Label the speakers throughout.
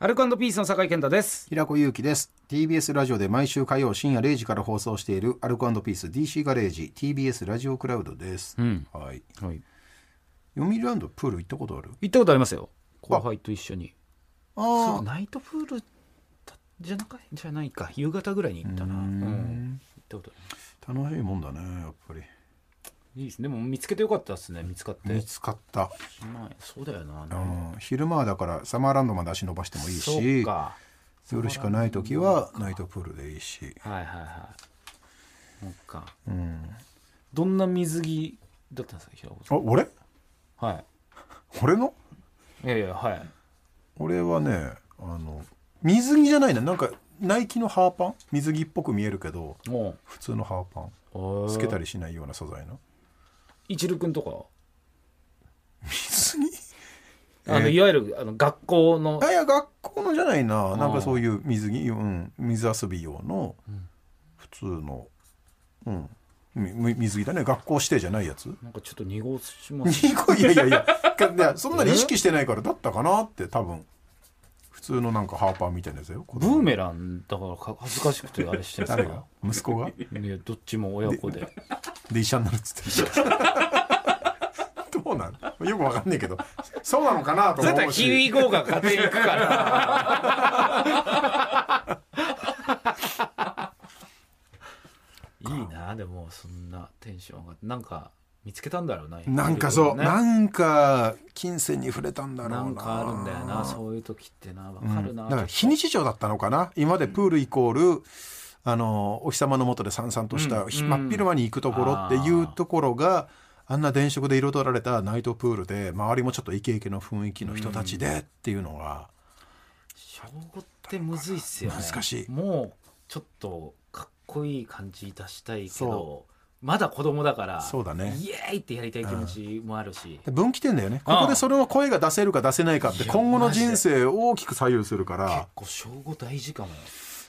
Speaker 1: アルコピースの酒井健太です。
Speaker 2: 平子祐希です TBS ラジオで毎週火曜深夜0時から放送しているアルコピース DC ガレージ TBS ラジオクラウドです、はい
Speaker 1: はい。
Speaker 2: 読売ランドプール行ったことある
Speaker 1: 行ったことありますよ。後輩と一緒に。そう
Speaker 2: あ
Speaker 1: ナイトプールだじゃなかじゃないか。夕方ぐらいに行ったな。うん行ったことありま
Speaker 2: あ楽しいもんだねやっぱり
Speaker 1: すいいですね。でも見つけてよかったですね。見つかって。
Speaker 2: 見つかった、
Speaker 1: まあそうだよな。
Speaker 2: うん、昼間はだからサマーランドまで足伸ばしてもいい
Speaker 1: そう
Speaker 2: し
Speaker 1: か。
Speaker 2: 夜しかない時はナイトプールでいいし
Speaker 1: はいはいはい。そっか。
Speaker 2: うん
Speaker 1: どんな水着だったんですか平子さ
Speaker 2: あ俺
Speaker 1: ん。は
Speaker 2: 俺の
Speaker 1: い。いやいやはい。
Speaker 2: 俺はねあの水着じゃないななんかナイキのハーパン水着っぽく見えるけど
Speaker 1: も
Speaker 2: 普通のハーパン
Speaker 1: う。
Speaker 2: つけた
Speaker 1: り。
Speaker 2: りしないような素材の
Speaker 1: 一流君とか。
Speaker 2: 水着
Speaker 1: あの、
Speaker 2: えー
Speaker 1: いわゆるあの学校の
Speaker 2: あいや学校のじゃないななん
Speaker 1: あー
Speaker 2: かそういう水着、うん、水遊び用の
Speaker 1: ん
Speaker 2: 普通の、うん、みみ水着だね学校指定じゃないやつ
Speaker 1: なんかちょっと濁しますね。
Speaker 2: いやいやいやかいやそんなに意識してないからだったかなって多分普通のなんかハーパーみたいなやつだよ子
Speaker 1: ブ
Speaker 2: 供
Speaker 1: ーメランだからか恥ずかしくてあれしてるんで
Speaker 2: 誰
Speaker 1: す
Speaker 2: が
Speaker 1: か
Speaker 2: 息子が
Speaker 1: いやどっちも親子で
Speaker 2: で医者になるっつって るどうなんよくわかんないけどそうなのかなとも
Speaker 1: だった
Speaker 2: 思
Speaker 1: ら
Speaker 2: う
Speaker 1: キウ
Speaker 2: し
Speaker 1: イ号が勝手に行くからいいなでもそんなテンション上がってなんか見つけたんだろうな
Speaker 2: なんかそう、
Speaker 1: ね
Speaker 2: なんか金銭に触れたんだろうな
Speaker 1: なんかあるんだよなそういう時ってなわかるな、
Speaker 2: だから非日常だったのかな今までプールイコール、あのお日様の下でさんさんとした、
Speaker 1: うん
Speaker 2: ひ真っ昼間に行くところっていうところがあんな電飾で彩られたナイトプールで周りもちょっとイケイケの雰囲気の人たちでっていうのが、
Speaker 1: 小五ってむずいっすよね
Speaker 2: 難しい
Speaker 1: もうちょっとかっこいい感じ出したいけど
Speaker 2: そ
Speaker 1: まだ子供だから
Speaker 2: そうだね
Speaker 1: イエーイってやりたい気持ちもあるし、
Speaker 2: で分岐点だよね
Speaker 1: ああ
Speaker 2: ここでそれの声が出せるか出せないかっ
Speaker 1: い
Speaker 2: て
Speaker 1: や
Speaker 2: 今後の人生を大きく左右するか
Speaker 1: 結
Speaker 2: ら
Speaker 1: 構小五大事かも、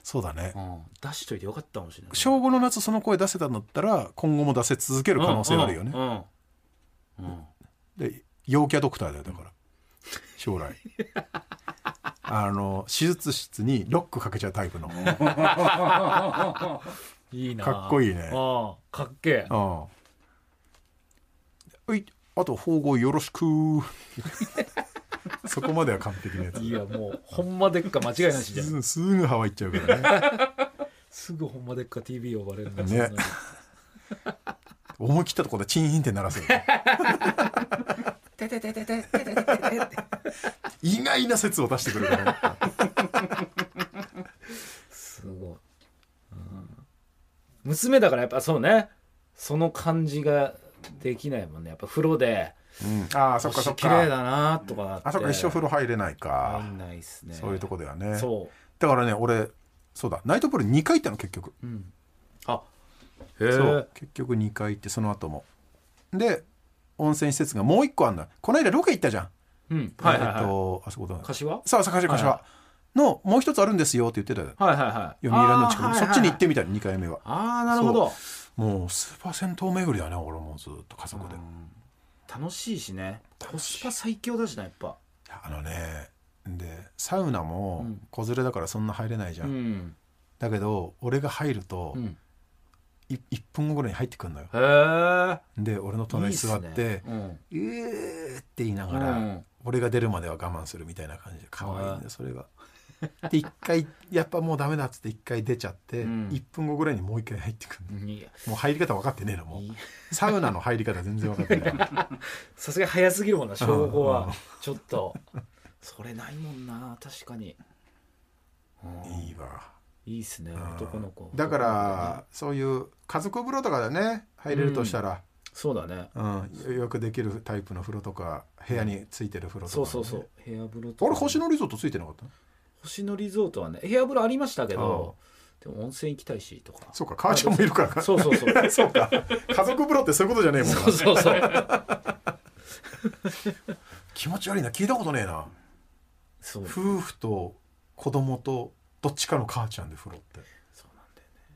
Speaker 2: そうだね
Speaker 1: うん、出しといてよかったかもしれない
Speaker 2: 小5の夏その声出せたんだったら今後も出せ続ける可能性あるよね
Speaker 1: うんうんうんうん
Speaker 2: で陽キャドクターだよだから 将来あの手術室にロックかけちゃう タイプのう
Speaker 1: いいな
Speaker 2: かっこいいね
Speaker 1: ああかっけえ
Speaker 2: んういあと縫合よろしく そこまでは完璧なやつ
Speaker 1: いやもうほんまでっか間違いなしじゃん
Speaker 2: すすぐハワイ行っちゃう からね
Speaker 1: すぐほんまでっか TV 呼ばれるの
Speaker 2: ね思い切ったところでチーンって鳴 らすよ
Speaker 1: てててててててててて
Speaker 2: 意外な説を出してくるから
Speaker 1: すごい、うん娘だからやっぱそうねその感じができないもんねやっぱ風呂で
Speaker 2: うんああそっか
Speaker 1: 星
Speaker 2: そっ
Speaker 1: 綺麗
Speaker 2: か
Speaker 1: だなとかなって
Speaker 2: あそっか一生風呂入れないか
Speaker 1: 入んないっすね
Speaker 2: そういうとこだよね
Speaker 1: そ
Speaker 2: だからね俺そうだナイトプール2回行ったの結局
Speaker 1: う、うん、あへえ
Speaker 2: そう結局2回行ってその後もで温泉施設がもう1個あんのよこの間ロケ行ったじゃ
Speaker 1: う
Speaker 2: ん、
Speaker 1: んはいはい
Speaker 2: えっ
Speaker 1: は
Speaker 2: とあそこだ
Speaker 1: い柏はい
Speaker 2: そう朝柏柏、
Speaker 1: は
Speaker 2: のもう一つあるんですよって言ってたよ
Speaker 1: はいはい
Speaker 2: 読売ランドの近く
Speaker 1: あーは
Speaker 2: に
Speaker 1: い
Speaker 2: そ
Speaker 1: はい
Speaker 2: っちに行ってみたの2回目は
Speaker 1: ああなるほど
Speaker 2: もうスーパー銭湯巡りだね俺もうずっと家族で、
Speaker 1: うん楽しいしねコ
Speaker 2: 楽しい
Speaker 1: スパ最強だしなやっぱ
Speaker 2: あのねでサウナも
Speaker 1: うん
Speaker 2: 子連れだからそんな入れないじゃ、
Speaker 1: うんん、
Speaker 2: だけど俺が入ると
Speaker 1: うん、
Speaker 2: い1分後ぐらいに入ってくるのよ
Speaker 1: へえ
Speaker 2: で俺の隣に座って
Speaker 1: いいっすね
Speaker 2: 「うー」って言いな
Speaker 1: うん
Speaker 2: がら、
Speaker 1: うん
Speaker 2: 俺が出るまでは我慢するみたいな感じで可愛いねそれが。で一回やっぱもうダメだっつって一回出ちゃって、
Speaker 1: うん
Speaker 2: 1分後ぐらいにもう一回入ってくる
Speaker 1: いや
Speaker 2: もう入り方分かってねえのも
Speaker 1: いうい
Speaker 2: サウナの入り方全然分かって ない
Speaker 1: さすがに早すぎるもんな小五
Speaker 2: うん
Speaker 1: は
Speaker 2: うん
Speaker 1: ちょっとそれないもんな確かに、うん
Speaker 2: いいわ
Speaker 1: いいっすね
Speaker 2: うん
Speaker 1: 男の子
Speaker 2: だか
Speaker 1: 男の子
Speaker 2: ら
Speaker 1: ね
Speaker 2: そういう家族風呂とかでね入れるとしたら、
Speaker 1: そうだね
Speaker 2: うん予約できるタイプの風呂とか部屋についてる風呂とか
Speaker 1: そ
Speaker 2: ね、
Speaker 1: うそうそう部屋風呂と
Speaker 2: あ
Speaker 1: か
Speaker 2: れ星野リゾートついてなかった
Speaker 1: 星野リゾートはね部屋風呂ありましたけどでも温泉行きたいしとか
Speaker 2: そうか母ちゃんもいるからか そ
Speaker 1: そうそうそう
Speaker 2: うか家族風呂ってそういうことじゃねえもんな
Speaker 1: そうそうそう
Speaker 2: 気持ち悪いな聞いたことねえな
Speaker 1: そう
Speaker 2: 夫婦と子供とどっちかの母ちゃんで風呂って
Speaker 1: そうなんだよね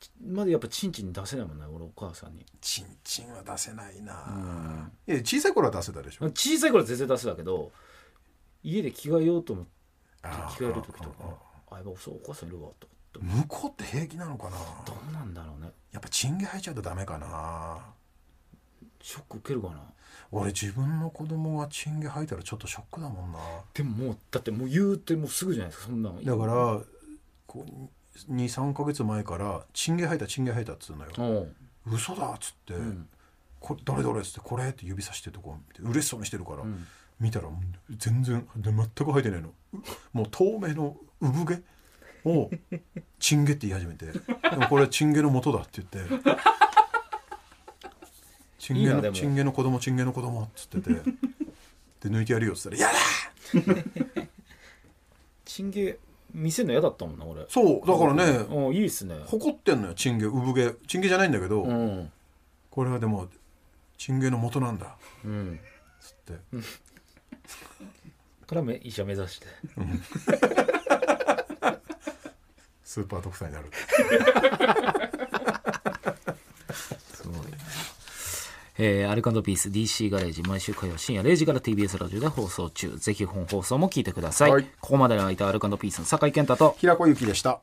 Speaker 1: ちまだやっぱチンチン出せないもんね俺お母さんに
Speaker 2: チンチンは出せないな、いや小さい頃は出せたでしょ、
Speaker 1: 小さい頃は全然出すだけど家で着替えようと思っ聞かれる時とかあやっぱそうお母さんいるわと思って
Speaker 2: 向こうって平気なのかな
Speaker 1: どうなんだろうね
Speaker 2: やっぱチンゲ入っちゃうとダメかな
Speaker 1: ショック受けるかな
Speaker 2: 俺自分の子供がチンゲ吐いたらちょっとショックだもんな
Speaker 1: でももうだってもう言うてもうすぐじゃないですかそんなの
Speaker 2: だからこう23か月前から「チンゲ吐いたチンゲ吐いた」っつうのよ
Speaker 1: おう
Speaker 2: 「嘘だ」っつって
Speaker 1: うん
Speaker 2: 「これどれどれ」っつって「これ」って指さしてるとこ見て嬉しそうにしてるから
Speaker 1: うん
Speaker 2: 見たらもう全然で全く吐いてないのうもう透明の産毛を「チンゲ」って言い始めて「でもこれはチンゲの元だ」って言って「チンゲ
Speaker 1: いいなで
Speaker 2: の
Speaker 1: も
Speaker 2: チンゲの子供チンゲの子供っつっててで抜いてやるよっつったら「やだ!」
Speaker 1: チンゲ見せるの嫌だったもんな俺
Speaker 2: そうだからね、
Speaker 1: うんいいっすね
Speaker 2: 誇ってんのよチンゲ産毛チンゲじゃないんだけど、
Speaker 1: うん
Speaker 2: これはでもチンゲの元なんだ
Speaker 1: うん
Speaker 2: つって
Speaker 1: からめ医者目指して
Speaker 2: スーパー独裁になる
Speaker 1: すごい。えーアルカンドピース DC ガレージ毎週火曜深夜0時から TBS ラジオで放送中ぜひ本放送も聞いてください、
Speaker 2: はい
Speaker 1: ここまでの間アルカンドピースの酒井健太と
Speaker 2: 平子ゆきでした